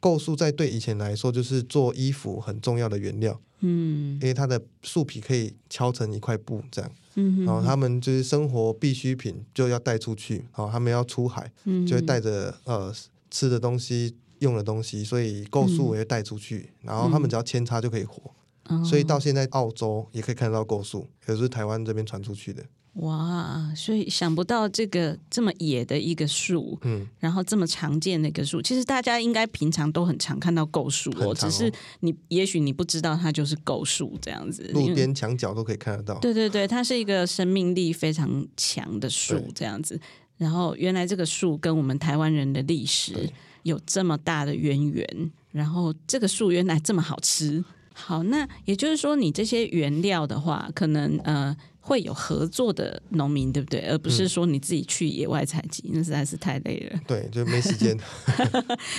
C: 构树在对以前来说就是做衣服很重要的原料。
B: 嗯
C: 因为它的树皮可以敲成一块布这样，
B: 嗯
C: 然后他们就是生活必需品就要带出去，然后他们要出海
B: 嗯
C: 就会带着呃吃的东西、用的东西，所以
B: 嗯
C: 构树也会带出去，然后他们只要扦插就可以活，
B: 哦
C: 所以到现在澳洲也可以看得到构树，也就是台湾这边传出去的。
B: 哇，所以想不到这个这么野的一个树，
C: 嗯，
B: 然后这么常见的一个树，其实大家应该平常都很常看到构树哦，
C: 很常
B: 只
C: 哦
B: 是你也许你不知道它就是构树这样子。因
C: 路
B: 为
C: 边墙角都可以看得到。
B: 对对对，它是一个生命力非常强的树
C: 对
B: 这样子。然后原来这个树跟我们台湾人的历史
C: 对
B: 有这么大的渊源，然后这个树原来这么好吃。好，那也就是说，你这些原料的话，可能呃会有合作的农民，对不对？而不
C: 嗯
B: 是说你自己去野外采集，那实在是太累了。
C: 对，就没 时间。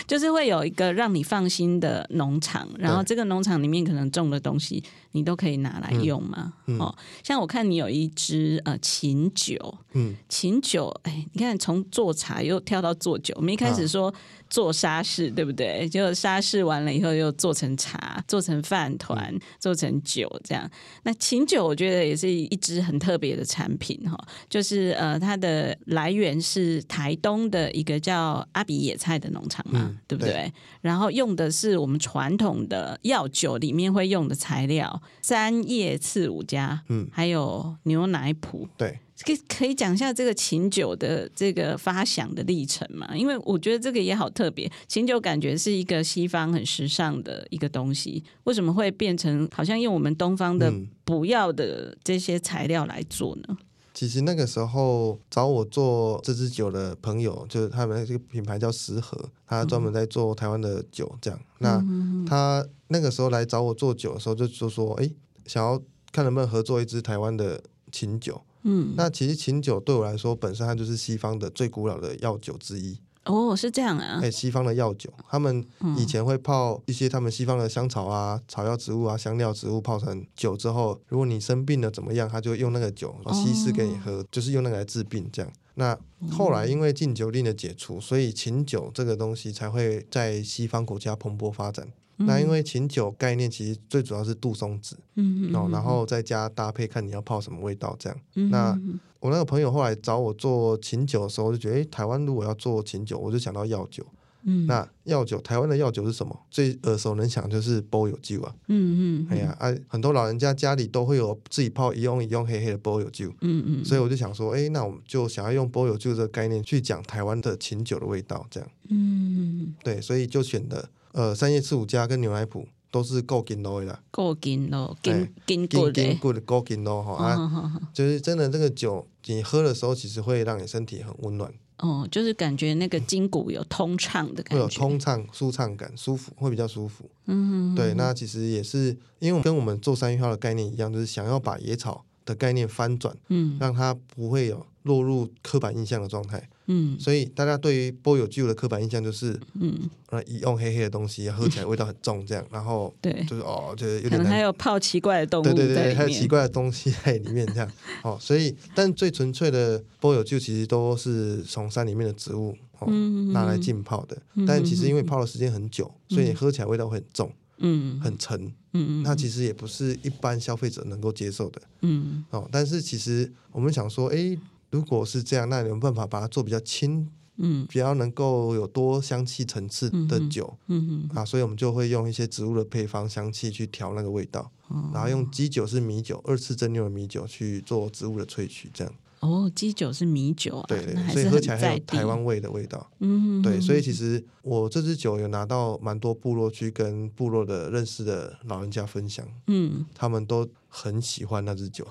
B: 就是会有一个让你放心的农场，然后这个农场里面可能种的东西，你都可以拿来用嘛。
C: 嗯嗯
B: 哦，像我看你有一支呃琴酒，
C: 嗯，
B: 琴酒，哎，你看从做茶又跳到做酒，我们一开
C: 啊
B: 始说做沙士，对不对？结果沙士完了以后又做成茶，做成饭
C: 嗯
B: 团，做成酒这样。那琴酒我觉得也是一支很特别的产品哈、就是呃，它的来源是台东的一个叫阿比野菜的农场嘛，
C: 嗯
B: 对不
C: 对
B: 对？然后用的是我们传统的药酒里面会用的材料，三叶刺五加，
C: 嗯
B: 还有牛奶脯，
C: 对，
B: 可以可以讲一下这个琴酒的这个发想的历程嘛？因为我觉得这个也好特别，琴酒感觉是一个西方很时尚的一个东西，为什么会变成好像用我们东方的
C: 嗯
B: 不要的这些材料来做呢？
C: 其实那个时候找我做这支酒的朋友，就是他们这个品牌叫石河，他专门在做台湾的酒这样。
B: 嗯
C: 那他那个时候来找我做酒的时候，就就说，哎，想要看能不能合作一支台湾的琴酒。
B: 嗯，
C: 那其实琴酒对我来说，本身它就是西方的最古老的药酒之一。
B: 哦，是这样啊
C: 哎、，西方的药酒，他们以前会泡一些他们西方的香草啊、草药植物啊、香料植物泡成酒之后，如果你生病了怎么样，他就会用那个酒稀释给你喝，
B: 哦
C: 就是用那个来治病这样。那
B: 嗯
C: 后来因为禁酒令的解除，所以琴酒这个东西才会在西方国家蓬勃发展。那因为琴酒概念其实最主要是杜松子，
B: 嗯
C: 哦，然后再加搭配看你要泡什么味道这样。
B: 嗯
C: 那
B: 嗯
C: 我那个朋友后来找我做琴酒的时候，就觉得，诶，台湾如果要做琴酒，我就想到药酒。
B: 嗯
C: 那药酒，台湾的药酒是什么？最耳熟能详就是波友酒啊。
B: 嗯嗯
C: 哎呀，啊，很多老人家家里都会有自己泡一用一用黑黑的波友酒，
B: 嗯嗯
C: 所以我就想说，诶，那我们就想要用波友酒这个概念去讲台湾的琴酒的味道，这样
B: 嗯，
C: 对，所以就选的呃三叶刺五加跟牛奶脯都是够劲喽的啦，
B: 够劲咯，
C: 哎
B: 劲劲够
C: 劲
B: 嘞
C: 劲，good 够劲喽哈啊，
B: 哦好好
C: 就是真的这个酒你喝的时候，其实会让你身体很温暖。
B: 哦，就是感觉那个筋骨有通畅的
C: 会
B: 感
C: 有
B: 觉，
C: 通畅、舒畅感，舒服会比较舒服。嗯，对，那其实也是因为跟我们做三月号的概念一样，就是想要把野草的概念翻转，
B: 嗯
C: 让它不会有落入刻板印象的状态。
B: 嗯
C: 所以大家对于波有具的刻板印象就是，
B: 嗯，
C: 呃，一用黑黑的东西，喝起来味道很重，这样，然后
B: 对。
C: 就是哦，就是有
B: 可
C: 点
B: 能还
C: 难。
B: 有泡奇怪的动物
C: 对
B: 在里面。
C: 对对对，还有奇怪的东西 在里面，这样哦，所以但最纯粹的波有具其实都是从山里面的植物哦，
B: 嗯
C: 拿来浸泡的，但其实因为泡的时间很久，所以喝起来味道会很重、
B: 嗯
C: 很沉。
B: 嗯
C: 那其实也不是一般消费者能够接受的
B: 嗯
C: 哦。但是其实我们想说，诶，如果是这样，那有没有办法把它做比较轻、
B: 嗯
C: 比较能够有多香气层次的酒、
B: 嗯
C: 啊？所以我们就会用一些植物的配方香气去调那个味道，
B: 哦
C: 然后用基酒是米酒，二次蒸馏的米酒去做植物的萃取，这样
B: 哦，基酒是米酒啊，
C: 对
B: 那还
C: 对，所以
B: 是
C: 喝
B: 很
C: 起来还
B: 在
C: 有
B: 地。
C: 台湾味的味道。
B: 嗯，
C: 对，所以其实我这支酒有拿到蛮多部落去跟部落的认识的老人家分享，
B: 嗯
C: 他们都很喜欢那 支酒，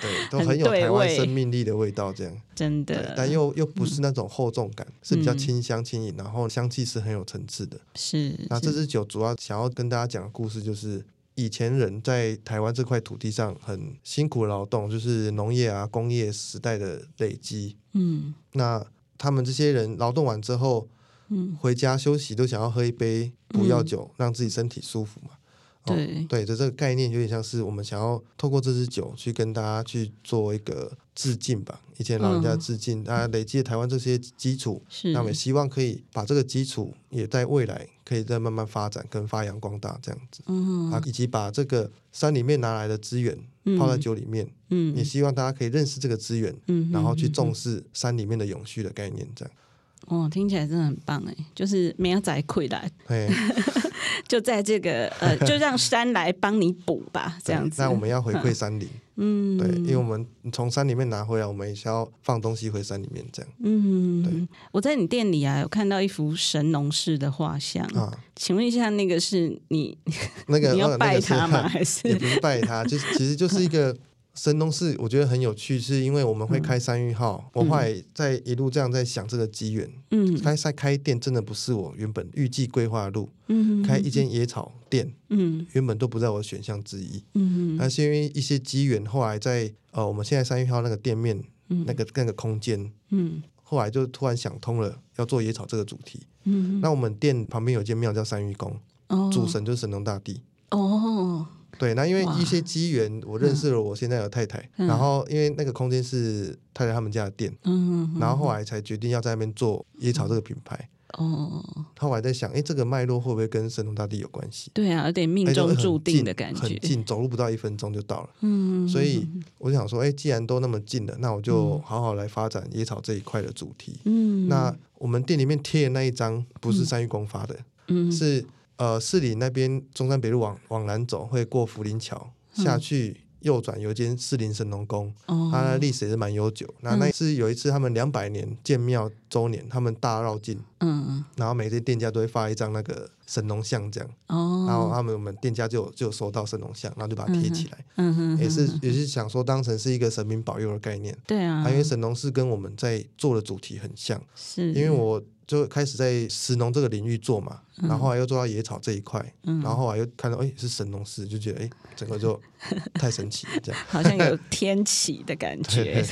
C: 对，都
B: 很
C: 很有
B: 对
C: 台湾
B: 味
C: 生命力的味道，这样，
B: 真
C: 对
B: 的，，
C: 但又又不是那种厚重感，是比较
B: 嗯
C: 清香轻盈，然后香气是很有层次的。
B: 是
C: 那
B: 是
C: 这支酒主要想要跟大家讲的故事就是。以前人在台湾这块土地上很辛苦地劳动，就是农业啊、工业时代的累积，
B: 嗯
C: 那他们这些人劳动完之后，
B: 嗯，
C: 回家休息都想要喝一杯补药酒，让自己身体舒服嘛。哦
B: 对
C: 对，就这个概念有点像是我们想要透过这支酒去跟大家去做一个致敬吧，以前老
B: 嗯
C: 人家致敬，大家累积台湾这些基础，
B: 是
C: 那我们希望可以把这个基础也在未来可以再慢慢发展跟发扬光大这样子、
B: 嗯
C: 啊，以及把这个山里面拿来的资源
B: 嗯
C: 泡在酒里面，也
B: 嗯
C: 希望大家可以认识这个资源，
B: 嗯，
C: 然后去
B: 嗯
C: 重视山里面的永续的概念，这样。
B: 欸 哦，听起来真的很棒哎，就是没有仔亏来，
C: 嘿，
B: 就在这个呃，就让山来帮你补 吧，这样子。
C: 那我们要回馈山林，
B: 嗯，
C: 对，因为我们从山里面拿回来，我们也是要放东西回山里面这样
B: 嗯，我在你店里啊，有看到一幅神农氏的画像，
C: 啊。
B: 请问一下，那个是你
C: 那 个
B: 你
C: 哦
B: 要
C: 那个
B: 拜
C: 是
B: 他 吗？还是
C: 也不是拜他，就是其实就是一个神农氏，我觉得很有趣，是因为我们
B: 嗯
C: 会开山芋号，我后来在一路这样在想这个机缘，
B: 嗯
C: 开在开店真的不是我原本预计规划的路，
B: 嗯
C: 开一间野草店
B: 嗯
C: 原本都不在我的选项之一，
B: 嗯
C: 那是因为一些机缘，后来在呃我们现在三芋号那个店面
B: 嗯
C: 那个那个空间，
B: 嗯
C: 后来就突然想通了要做野草这个主题，
B: 嗯，
C: 那我们店旁边有间庙叫三玉宫，
B: 哦
C: 主神就是神农大帝。
B: 哦，
C: 对，那因为
B: 哇
C: 一些机缘，我认识了我现在的太太，
B: 嗯
C: 然后因为那个空间是太太他们家的店，
B: 嗯
C: 然后后来才决定要在那边做椰草这个品牌。
B: 哦，
C: 后来在想，哎，这个脉络会不会跟神农大帝有关系？
B: 对啊，有点命
C: 诶就
B: 中
C: 很
B: 注定
C: 近
B: 的感
C: 很
B: 觉，
C: 近，走路不到一分钟就到了。
B: 嗯，
C: 所以我想说，哎，既然都那么近了，那我就好好来发展椰草这一块的主题。
B: 嗯，
C: 那我们店里面贴的那一张不是三育公发的，
B: 嗯
C: 是呃市里那边中山北路往往南走，会过福林桥下去，右转有一间士林神农宫，
B: 嗯哦嗯
C: 它的历史也是蛮悠久。那那是有一次他们两百年建庙周年，他们大绕境，
B: 嗯
C: 然后每间店家都会发一张那个神农像这样，然
B: 哦，
C: 后他们我们店家就有就有收到神农像，然后就把它贴起来，
B: 嗯哼，
C: 也是也是想说当成是一个神明保佑的概念。
B: 对啊
C: 啊，，因为神农是跟我们在做的主题很像，
B: 是
C: 因为我就开始在石农这个领域做嘛，
B: 嗯
C: 然后后来又做到野草这一块，然后后来又看到哎是神农氏，就觉得哎整 个就太神奇了这样。
B: 好像有天启的感觉
C: 对。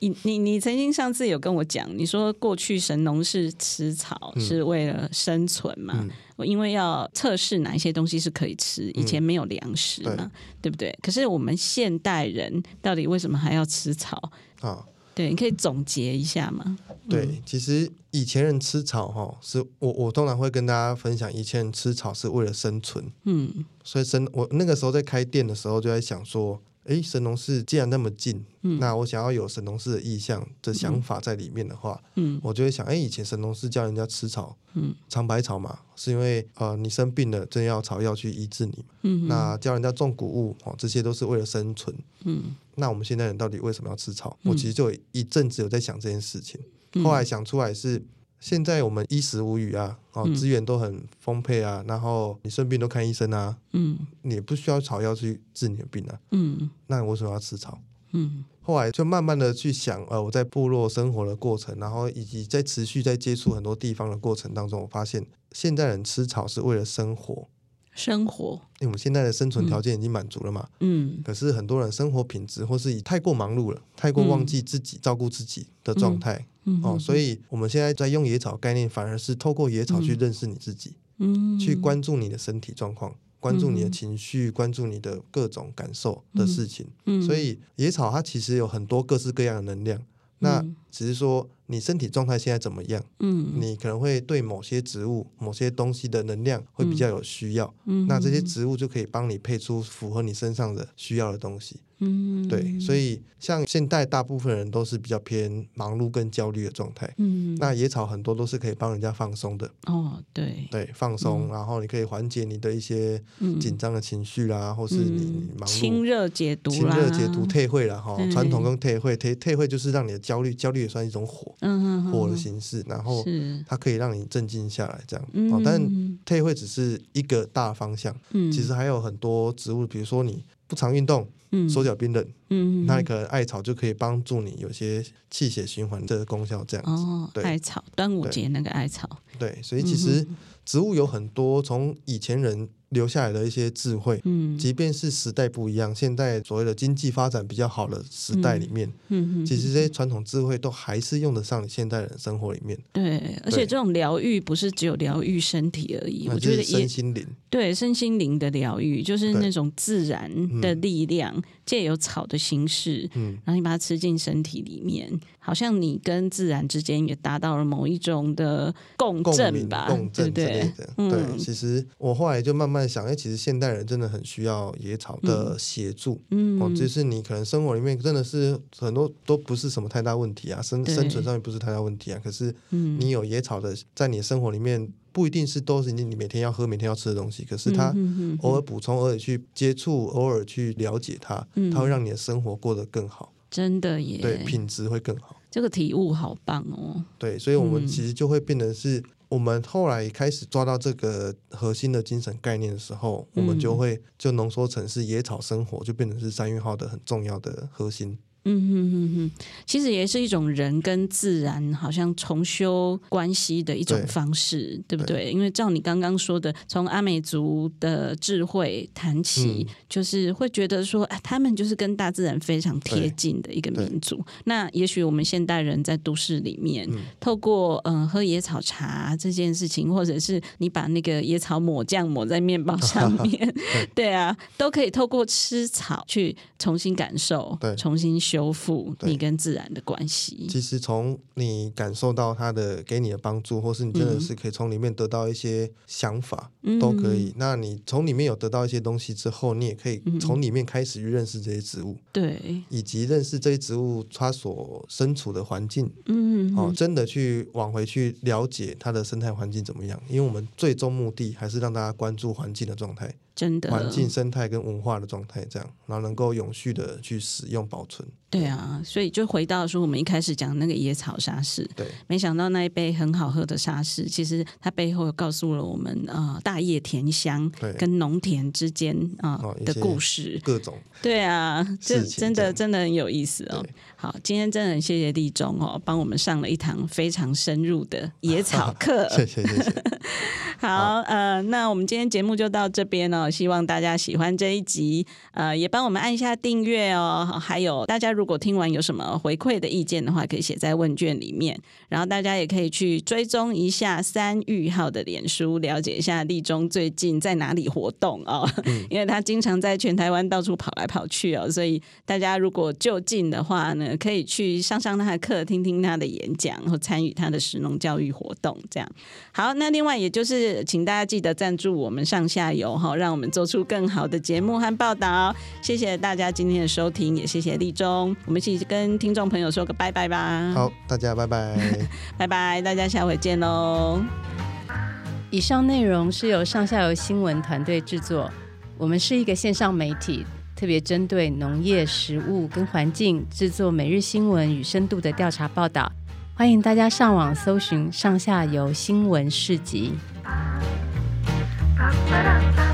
B: 你你你曾经上次有跟我讲，你说过去神农氏吃草
C: 嗯
B: 是为了生存嘛？我因为要测试哪一些东西是可以吃，
C: 嗯
B: 以前没有粮食嘛，对不对？可是我们现代人到底为什么还要吃草？
C: 啊，
B: 对，你可以总结一下吗？嗯
C: 对，其实以前人吃草哈，是我我通常会跟大家分享，以前人吃草是为了生存，
B: 嗯
C: 所以神我那个时候在开店的时候就在想说。哎，神农氏既然那么近，
B: 嗯
C: 那我想要有神农氏的意向的想法在里面的话，
B: 嗯
C: 我就会想，哎，以前神农氏叫人家吃草，
B: 嗯
C: 尝百草嘛，是因为呃你生病了，真要草药去医治你嘛。
B: 嗯
C: 那教人家种谷物哦，这些都是为了生存。
B: 嗯
C: 那我们现在人到底为什么要吃草？我其实就有一阵子有在想这件事情，
B: 嗯
C: 后来想出来是。现在我们衣食无虞啊，哦，
B: 嗯
C: 资源都很丰沛啊，然后你生病都看医生啊，
B: 嗯
C: 你也不需要草药去治你的病啊，
B: 嗯
C: 那你为什么要吃草？
B: 嗯
C: 后来就慢慢的去想，呃，我在部落生活的过程，然后以及在持续在接触很多地方的过程当中，我发现现代人吃草是为了生活，
B: 生活，
C: 因为我们现在的生存条件已经满足了嘛。
B: 嗯
C: 可是很多人生活品质或是以太过忙碌了，太过忘记自己、照顾自己的状态、
B: 嗯
C: 哦，所以我们现在在用野草概念，反而是透过野草去认识你自己，
B: 嗯
C: 去关注你的身体状况。关注你的情绪，关注你的各种感受的事情，
B: 嗯
C: 所以野草它其实有很多各式各样的能量。那只是说你身体状态现在怎么样，
B: 嗯
C: 你可能会对某些植物、某些东西的能量会比较有需要。
B: 嗯
C: 那这些植物就可以帮你配出符合你身上的需要的东西。
B: 嗯
C: 对，所以像现代大部分人都是比较偏忙碌跟焦虑的状态。
B: 嗯
C: 那野草很多都是可以帮人家放松的，
B: 哦对
C: 对，放松，然后你可以缓解你的一些
B: 嗯
C: 紧张的情绪啦，或是你你忙碌
B: 清嗯热解毒
C: 清
B: 啦，
C: 热解毒、退会了哈
B: 对，
C: 传统跟退会，退退会就是让你的焦虑，焦虑也算一种火，
B: 嗯，嗯
C: 火的形式，然后
B: 是，
C: 它可以让你镇静下来，这样
B: 嗯
C: 哦。但退会只是一个大方向，
B: 嗯
C: 其实还有很多植物，比如说你不常运动，
B: 嗯
C: 手脚冰冷，
B: 嗯
C: 那你可能艾草就可以帮助你有些气血循环的功效，这样子。
B: 哦，嗯
C: 对
B: 艾草，端午
C: 对
B: 节那个艾草，
C: 对，所以其实植物有很多从以前人留下来的一些智慧，
B: 嗯
C: 即便是时代不一样，现在所谓的经济发展比较好的时代里面，
B: 嗯嗯，
C: 其实这些传统智慧都还是用得上你现代人生活里面，
B: 对，而且
C: 对
B: 这种疗愈不是只有疗愈身体而已，
C: 那
B: 我
C: 就
B: 觉
C: 是
B: 得也
C: 身心灵。
B: 对身心灵的疗愈，就是
C: 对
B: 那种自然的力量，借由草的形式，
C: 嗯
B: 然后你把它吃进身体里面，好像你跟自然之间也达到了某一种的共
C: 共
B: 振
C: 鸣、
B: 吧，
C: 共
B: 对
C: 振
B: 不
C: 之类
B: 对？
C: 的，
B: 嗯
C: 对。其实我后来就慢慢想，哎、其实现代人真的很需要野草的协助。
B: 嗯
C: 哦，就是你可能生活里面真的是很多都不是什么太大问题啊，生
B: 对
C: 生存上面不是太大问题啊。可是
B: 嗯
C: 你有野草的，在你生活里面不一定是都是你你每天要喝、每天要吃的东西，可是
B: 嗯
C: 它
B: 哼哼
C: 偶尔补充、偶尔去接触、偶尔去了解它，
B: 嗯
C: 它会让你的生活过得更好，
B: 真的耶，
C: 对，品质会更好。
B: 这个体悟好棒哦，
C: 对，所以我们
B: 嗯
C: 其实就会变成是，我们后来开始抓到这个核心的精神概念的时候，我们就
B: 嗯
C: 会就浓缩成是野草生活，就变成是三月号的很重要的核心。
B: 嗯哼哼哼，其实也是一种人跟自然好像重修关系的一种
C: 对
B: 方式，对不
C: 对
B: 对？因为照你刚刚说的，从阿美族的智慧谈起，
C: 嗯
B: 就是会觉得说，哎，他们就是跟大自然非常贴近的一个民族。那也许我们现代人在都市里面，
C: 嗯
B: 透过嗯、呃喝野草茶这件事情，或者是你把那个野草抹酱抹在面包上 面，对啊，都可以透过吃草去重新感受
C: 对，
B: 重新修复
C: 对
B: 你跟自然的关系。
C: 其实从你感受到它的给你的帮助，或是你真的
B: 嗯
C: 是可以从里面得到一些想法，
B: 嗯
C: 都可以。那你从里面有得到一些东西之后，你也可以
B: 嗯
C: 从里面开始去认识这些植物，
B: 对，
C: 以及认识这些植物它所身处的环境。
B: 嗯，
C: 哦，真的去往回去了解它的生态环境怎么样，因为我们最终目的还是让大家关注环境的状态、
B: 真的
C: 环境、生态跟文化的状态，这样，然后能够永续的去使用、保存。
B: 对啊，所以就回到说我们一开始讲那个野草沙士，
C: 对
B: 没想到那一杯很好喝的沙士，其实它背后告诉了我们呃大叶田乡
C: 对
B: 跟农田之间啊、呃
C: 哦一
B: 的
C: 些
B: 故事。
C: 各种
B: 对啊，这
C: 事情
B: 真
C: 这
B: 的
C: 样
B: 真的很有意思哦
C: 对。
B: 好，今天真的很谢谢立中哦，帮我们上了一堂非常深入的野草课。
C: 谢谢谢谢，
B: 好，呃，那我们今天节目就到这边哦，希望大家喜欢这一集，呃，也帮我们按一下订阅哦。好还有，大家如果听完有什么回馈的意见的话，可以写在问卷里面，然后大家也可以去追踪一下三玉号的脸书，了解一下立中最近在哪里活动哦， 因为他经常在全台湾到处跑来跑去哦，所以大家如果就近的话呢，可以去上上他的课，听听他的演讲，然后参与他的食农教育活动，这样。好，那另外也就是请大家记得赞助我们上下游哈，让我们做出更好的节目和报道。谢谢大家今天的收听，也谢谢立中，我们一起跟听众朋友说个拜拜吧。，
C: 好，大家拜拜。
B: 拜拜，大家下回见喽。
A: 以上内容是由上下游新闻团队制作，我们是一个线上媒体，特别针对农业、食物跟环境制作每日新闻与深度的调查报道。欢迎大家上网搜寻上下游新闻市集。
D: Ba-ba-da-ba-ba.